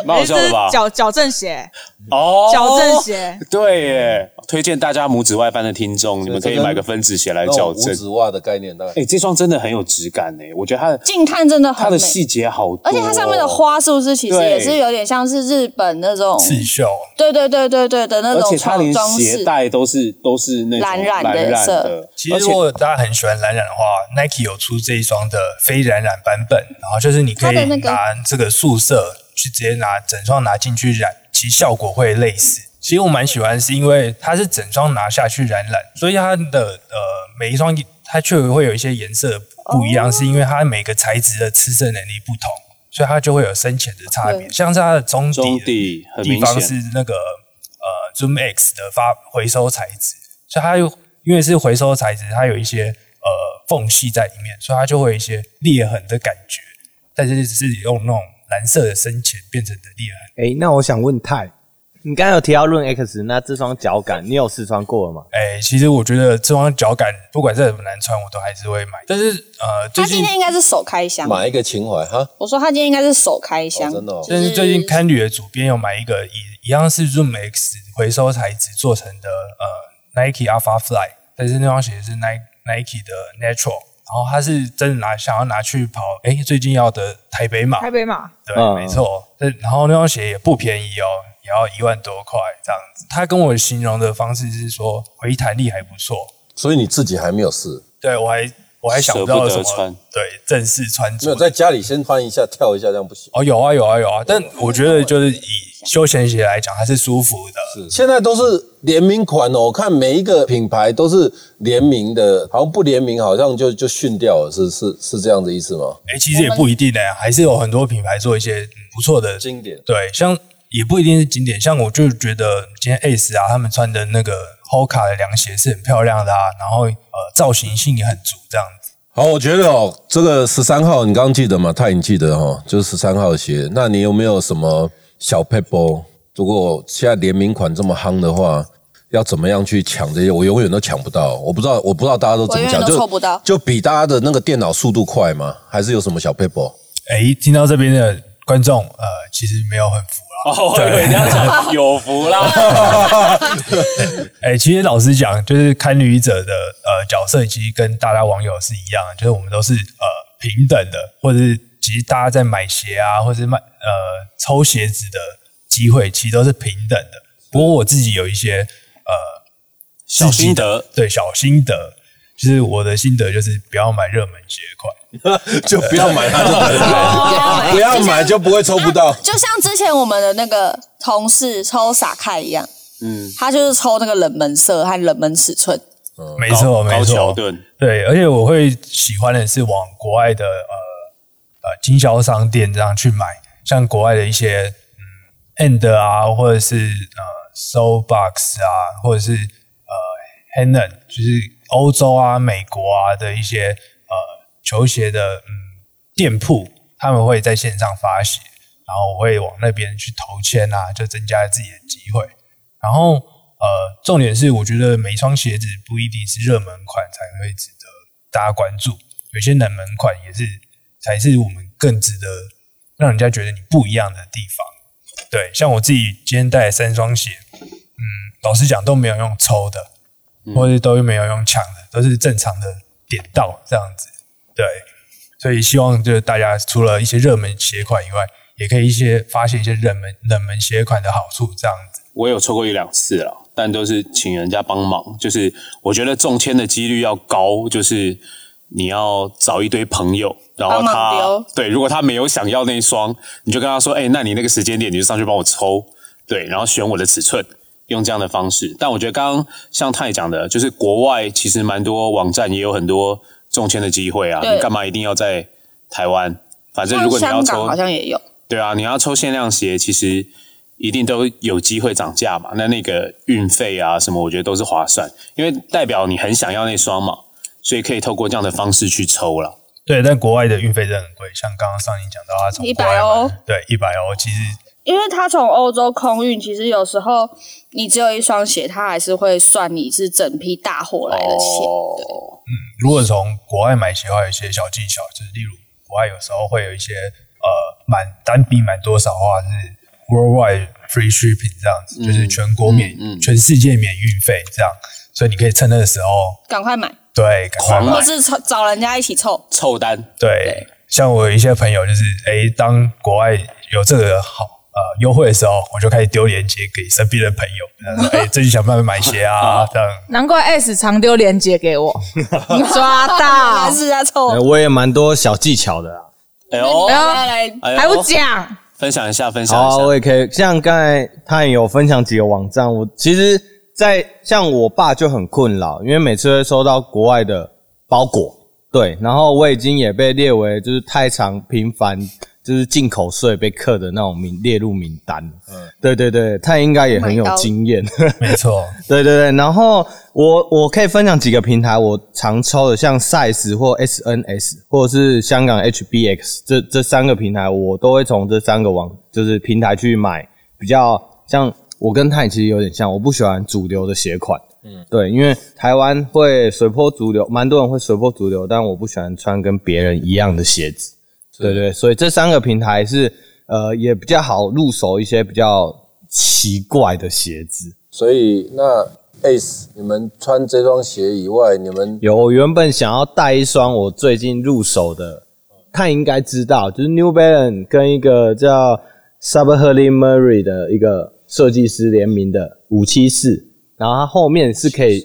蛮好笑的吧
这是？嗯矫矫正鞋，
哦，
矫正鞋，
对耶，推荐大家拇指外翻的听众，你们可以买个分子鞋来
那种
矫
五
正。
指袜的概念，大概
哎，这双真的很有质感哎，我觉得它的
近看真的
它
很
的
美，
细节好多哦，
而且它上面的花是不是其实
对
也是有点像是日本那种？
刺绣，
对对对对对的那
而
种
且它
装
连
装
鞋
饰。
带都是都是那种
蓝染的
蓝染的
色，
其
而
实
且
如果大家很喜欢蓝染的话，Nike 有出这一双的非染染版本，然后就是你可
它的
以
那个
拿这个素色去直接拿整双拿进去染，其效果会类似。其实我蛮喜欢，是因为它是整双拿下去染染，所以它的呃每一双它确实会有一些颜色不
哦
一样，是因为它每个材质的吃色能力不同，所以它就会有深浅的差别。
对
像是它的中底
中
的
底很
地
明
方
显，
是那个呃 Zoom X 的发回收材质，所以它又因为是回收材质，它有一些呃缝隙在里面，所以它就会有一些裂痕的感觉。但是是用那种蓝色的深浅变成的裂痕。
哎、那我想问泰，你刚刚有提到论 X，那这双脚感你有试穿过了吗？
哎、其实我觉得这双脚感不管再怎么难穿，我都还是会买。但是呃，最
他
近
今天应该是手开箱，
买一个情怀哈，
我说他今天应该是手开箱，
哦真的哦
但是最近堪旅的主编有买一个一一样是 Zoom X 回收材质做成的呃 Nike Alpha Fly，但是那双鞋是 Nike Nike 的 Natural，然后他是真的拿想要拿去跑哎最近要的台北马，
台北马
对，
嗯
没错。但然后那双鞋也不便宜哦，也要一万多块这样子。他跟我形容的方式是说回弹力还不错，
所以你自己还没有试，
对我还我还想不到什
舍不得穿
么对正式穿
没
着
有在家里先翻一下跳一下，这样不行。
哦，有啊有啊有啊，但我觉得就是以休闲鞋来讲，它是舒服的。是
现在都是联名款哦，我看每一个品牌都是联名的，好像不联名好像就就训掉了，是是是这样的意思吗？
哎、其实也不一定呢、还是有很多品牌做一些嗯不错的
经典
对，像也不一定是经典，像我就觉得今天 Ace 啊，他们穿的那个 Hoka 的凉鞋是很漂亮的啊，然后呃造型性也很足，这样子。
好，我觉得哦，这个十三号你刚刚记得吗？太你记得哦，就是十三号的鞋。那你有没有什么小 paper？如果现在联名款这么夯的话，要怎么样去抢这些？我永远都抢不到，我不知道，我不知道大家都怎么
我永
抢，
远都
就
凑不到
就比大家的那个电脑速度快吗？还是有什么小 paper？
哎、听到这边的观众呃，其实没有很服啊啦。
哦，我以为你要 讲有福啦，
哎、其实老实讲，就是看旅者的呃角色，其实跟大家网友是一样的，就是我们都是呃平等的，或者是其实大家在买鞋啊，或者是卖呃抽鞋子的机会，其实都是平等的。不过我自己有一些呃
小心
自
得
己的，对小心得，就是我的心得就是不要买热门鞋款。
就不要买它就对了，
哦
不要买就不会抽不到。
就像之前我们的那个同事抽傻开一样，
嗯，
他就是抽那个冷门色和冷门尺寸，
没错，没
高桥
错，
盾，
对，而且我会喜欢的是往国外的呃呃经销商店这样去买，像国外的一些嗯 And 啊，或者是呃 Soulbox 啊，或者是呃 Hanon，就是欧洲啊、美国啊的一些呃球鞋的嗯店铺，他们会在线上发鞋，然后我会往那边去投签啊，就增加自己的机会。然后呃，重点是我觉得每一双鞋子不一定是热门款才会值得大家关注，有些冷门款也是才是我们更值得让人家觉得你不一样的地方。对，像我自己今天带的三双鞋，嗯，老实讲都没有用抽的，或者都没有用抢的，都是正常的点到这样子。对，所以希望就是大家除了一些热门鞋款以外，也可以一些发现一些热门冷门鞋款的好处，这样子。
我有抽过一两次了，但都是请人家帮忙。就是我觉得中签的几率要高，就是你要找一堆朋友，然后
帮忙
他
丢
对，如果他没有想要那一双，你就跟他说：“哎、那你那个时间点你就上去帮我抽，对，然后选我的尺寸。”用这样的方式，但我觉得刚刚像泰讲的，就是国外其实蛮多网站也有很多中签的机会啊，
对
你干嘛一定要在台湾？反正如
像
果你要
香
抽
港，好像也有，
对啊，你要抽限量鞋，其实一定都有机会涨价嘛。那那个运费啊什么，我觉得都是划算，因为代表你很想要那双嘛，所以可以透过这样的方式去抽了。
对，但国外的运费真的很贵，像刚刚上一讲到，它从国外买
100欧，
对，一百欧，其实
因为他从欧洲空运，其实有时候你只有一双鞋，他还是会算你是整批大货来的鞋。
哦，
如果从国外买鞋的话，有一些小技巧，就是例如国外有时候会有一些呃满单笔满多少的话是 worldwide free shipping 这样子，就是全国免、全世界免运费这样，所以你可以趁那个时候
赶快买，
对赶快
狂
买
或，是找找人家一起凑。
凑单
对，像我有一些朋友就是诶，当国外有这个好。呃，优惠的时候，我就开始丢链接给身边的朋友，跟他说：“哎、 最近想办法买鞋啊，这样
难怪 S 常丢链接给 我，抓到
还，是要
哦
凑
呃，我也蛮多小技巧的啦。啊
哎呦，
来来，
哎呦
还不讲，
分享一下，分享一
好、
下。
我也可以。像刚才他也有分享几个网站，我其实在，像我爸就很困扰，因为每次会收到国外的包裹，对，然后我已经也被列为就是太常频繁就是进口税被课的那种名列入名单。嗯，对对对，他应该也很有
Oh my God
经验。
没错。
对对对，然后我我可以分享几个平台，我常抽的，像 Size 或 SNS，或者是香港 HBX 这这三个平台，我都会从这三个网就是平台去买比较像我跟泰其实有点像，我不喜欢主流的鞋款，嗯，对，因为台湾会随波逐流，蛮多人会随波逐流，但我不喜欢穿跟别人一样的鞋子，对对，所以这三个平台是呃也比较好入手一些比较奇怪的鞋子。
所以那 Ace，你们穿这双鞋以外，你们
有，我原本想要带一双我最近入手的，他应该知道，就是 New Balance 跟一个叫 s u b h e r l y Murray 的一个设计师联名的五七四，然后它后面是可以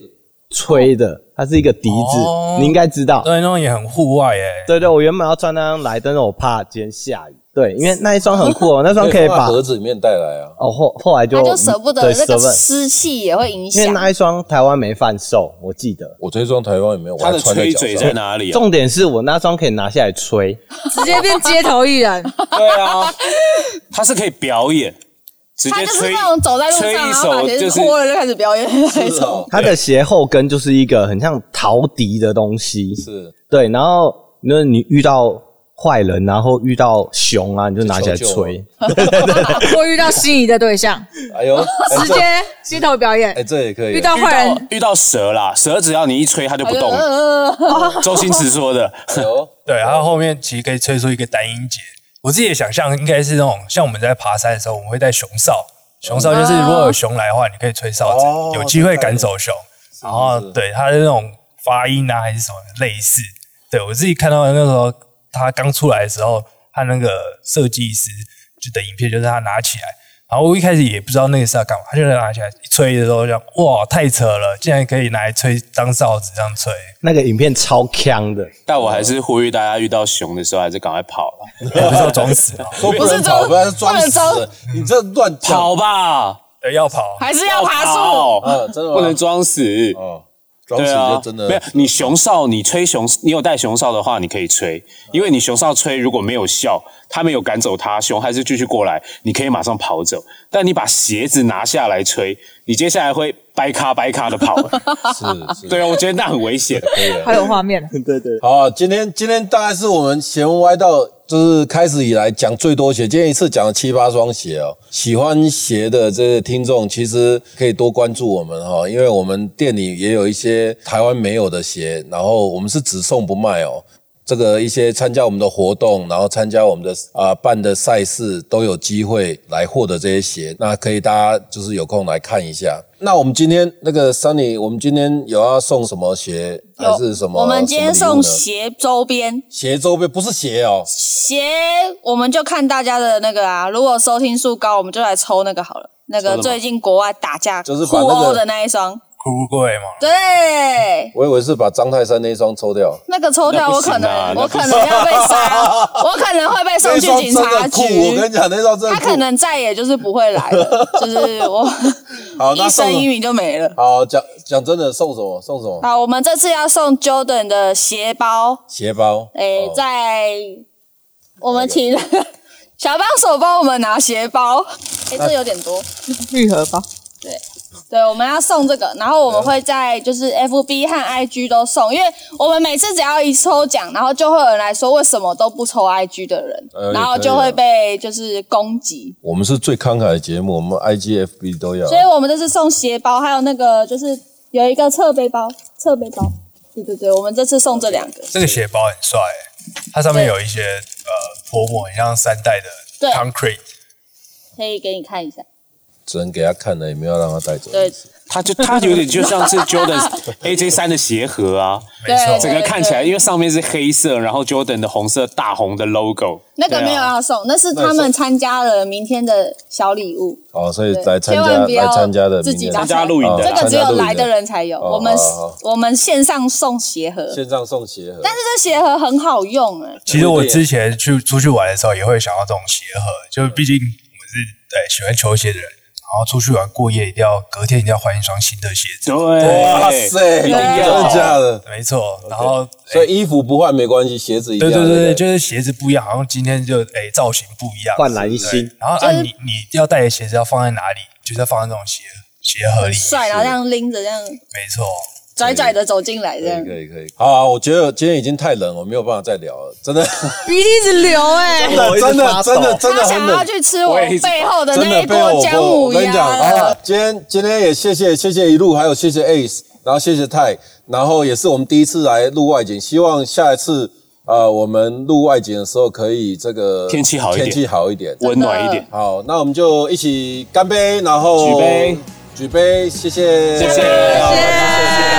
吹的，它是一个笛子，
哦
你应该知道。
对，那种也很户外诶。
对对，我原本要穿那双来，但是我怕今天下雨。对，因为那一双很酷哦，那双可以
放
把
在盒子里面带来啊。
哦后后来就
他就舍不得
对
这
舍
个
不得，
湿气也会影
因为
响。
那一双台湾没贩售，我记得。
我这双台湾也没有，我
他
还
的
穿在
吹
脚
嘴
上
在。哪里、啊？
重点是我那双可以拿下来吹，
直接变街头艺人，
对啊，他是可以表演，直
他
接
就是
吹
那种走在路上，
吹一
然后把
首
鞋
就是
子脱了就开始表演的那
是
种。
哦，
它的鞋后跟就是一个很像陶笛的东西，
是
对。然后那你遇到坏人，然后遇到熊啊，你就拿起来
就求救
吹。
或遇到心仪的对象，
哎呦，哎
直
这
接街头表演
哎，。这也可以。
遇到
遇
坏
到
人，
遇到蛇啦，蛇只要你一吹，它就不动了。
呃，
周星驰说的，
哎呦
对，然后后面其实可以吹出一个单音节。我自己的想象应该是那种，像我们在爬山的时候，我们会带熊哨。熊哨就是如果有熊来的话，你可以吹哨子，
哦
有机会赶走熊。然后
是
对它的那种发音啊，还是什么类似。对我自己看到的那时候，他刚出来的时候，他那个设计师就的影片，就是他拿起来，然后我一开始也不知道那个是要干嘛，他就拿起来一吹的时候，就哇，太扯了，竟然可以拿来吹当哨子这样吹。
那个影片超强的，
但我还是呼吁大家遇到熊的时候，还是赶快跑了，
也不是要装死 啊，
说不能跑，不然装死
不能
了。你这乱
跑
讲
吧，
对，呃要跑。
还是要
哦
爬树。
跑
啊，真的吗
不能装死。
哦，装死
对啊
就，真
没有
的
你熊哨，你吹熊，你有带熊哨的话，你可以吹，因为你熊哨吹如果没有效，它没有赶走它，熊还是继续过来，你可以马上跑走。但你把鞋子拿下来吹，你接下来会掰咔掰咔的 跑。
是是。
对啊，我觉得那很危险。
好有画面，
好啊，今天今天大概是我们闲歪到就是开始以来讲最多鞋，今天一次讲了七八双鞋哦。喜欢鞋的这些听众，其实可以多关注我们哈、哦，因为我们店里也有一些台湾没有的鞋，然后我们是只送不卖哦。这个一些参加我们的活动，然后参加我们的啊、办的赛事，都有机会来获得这些鞋。那可以大家就是有空来看一下。那我们今天那个 Sunny，我们今天有要送什么鞋还是什么？
我们今天
什么礼物
送
呢
鞋周边，
鞋周边不是鞋哦，
鞋我们就看大家的那个啊，如果收听数高，我们就来抽那个好了。那
抽什
个
么
最近国外打架
就是
互
把那个
殴的那一双，
哭贵嘛，
对，
我以为是把张泰山那一双抽掉。
那个抽掉
那不
我
行
可
啊
能、
那
我
不
可
行
能要被杀，我可能会被送去警察局。
啊那一双真的酷，我跟你讲，那一双真的
他
酷。
可能再也就是不会来了，就是我
好，那
一
送
生一哎名就没了。
好讲讲真的，送什么？送什么？
好，我们这次要送 Jordan 的鞋包，
鞋包。
诶、
哦
在我们请 小帮手帮我们拿鞋包，诶、这有点多。
愈合吧。
对，我们要送这个，然后我们会在就是 FB 和 IG 都送，因为我们每次只要一抽奖，然后就会有人来说为什么都不抽 IG 的人，
呃
然后
也可以
就
啊
会被就是攻击。
我们是最慷慨的节目，我们 IGFB 都要。
所以我们这次送鞋包，还有那个就是有一个侧背包，侧背包。对对对，我们这次送这两个。
这个鞋包很帅欸、它上面有一些呃薄膜，很像三代的
对
concrete，
可以给你看一下。
只能给他看了，也没有让他带走。
对
它就它有点就像是 Jordan AJ 三的鞋盒啊，
没错
对，
整个看起来，因为上面是黑色，然后 Jordan 的红色大红的 logo，
那
对
个
啊
没有要送，那是他们参加了明天的小礼物，
好，所以
对
来参
千
加
万不要
来参加的
自
明
己
天
拿
参加录影的
这
啦，
个只
参加
有
录影的
来的人才有。
哦
我们
好好
我们线上送鞋盒，
线上送鞋盒。
但是这鞋盒很好用哎，
其实我之前去出去玩的时候也会想要这种鞋盒，就是毕竟我们是对喜欢球鞋的人，然后出去玩过夜一定要隔天一定要换一双新的鞋子，
对，
哇塞，
一定
真
要
的假的？
没错。然后
哎所以衣服不换没关系，鞋子一定
对
要
对对对，
不
就是鞋子不一样，好像今天就哎造型不一样，
焕然一新
对。然后啊
就
按
是
你你要带的鞋子要放在哪里，就是要放在这种鞋盒。鞋合理，
帅，啊然后这样拎着这样
没错，
拽拽的走进来这样。
可以可以，好啊！我觉得今天已经太冷，我没有办法再聊了，真的，
鼻涕一直流 哎、
真
我
的，
一直
真
发
的，
抖
真的，真的
他
很
想
冷
要。去吃我
我也一直
背后的
真
那
的
一
被我
锅姜
我
母
跟你
鸭
讲啊
了。，
今天今天也谢谢谢谢一路，还有谢谢 Ace，然后谢谢泰，然后也是我们第一次来录外景，希望下一次呃我们录外景的时候可以这个
天气好一点
天气好一点。
温暖一点。
好，那我们就一起干杯，然后
举杯，
举杯，谢谢，
谢谢
好谢谢。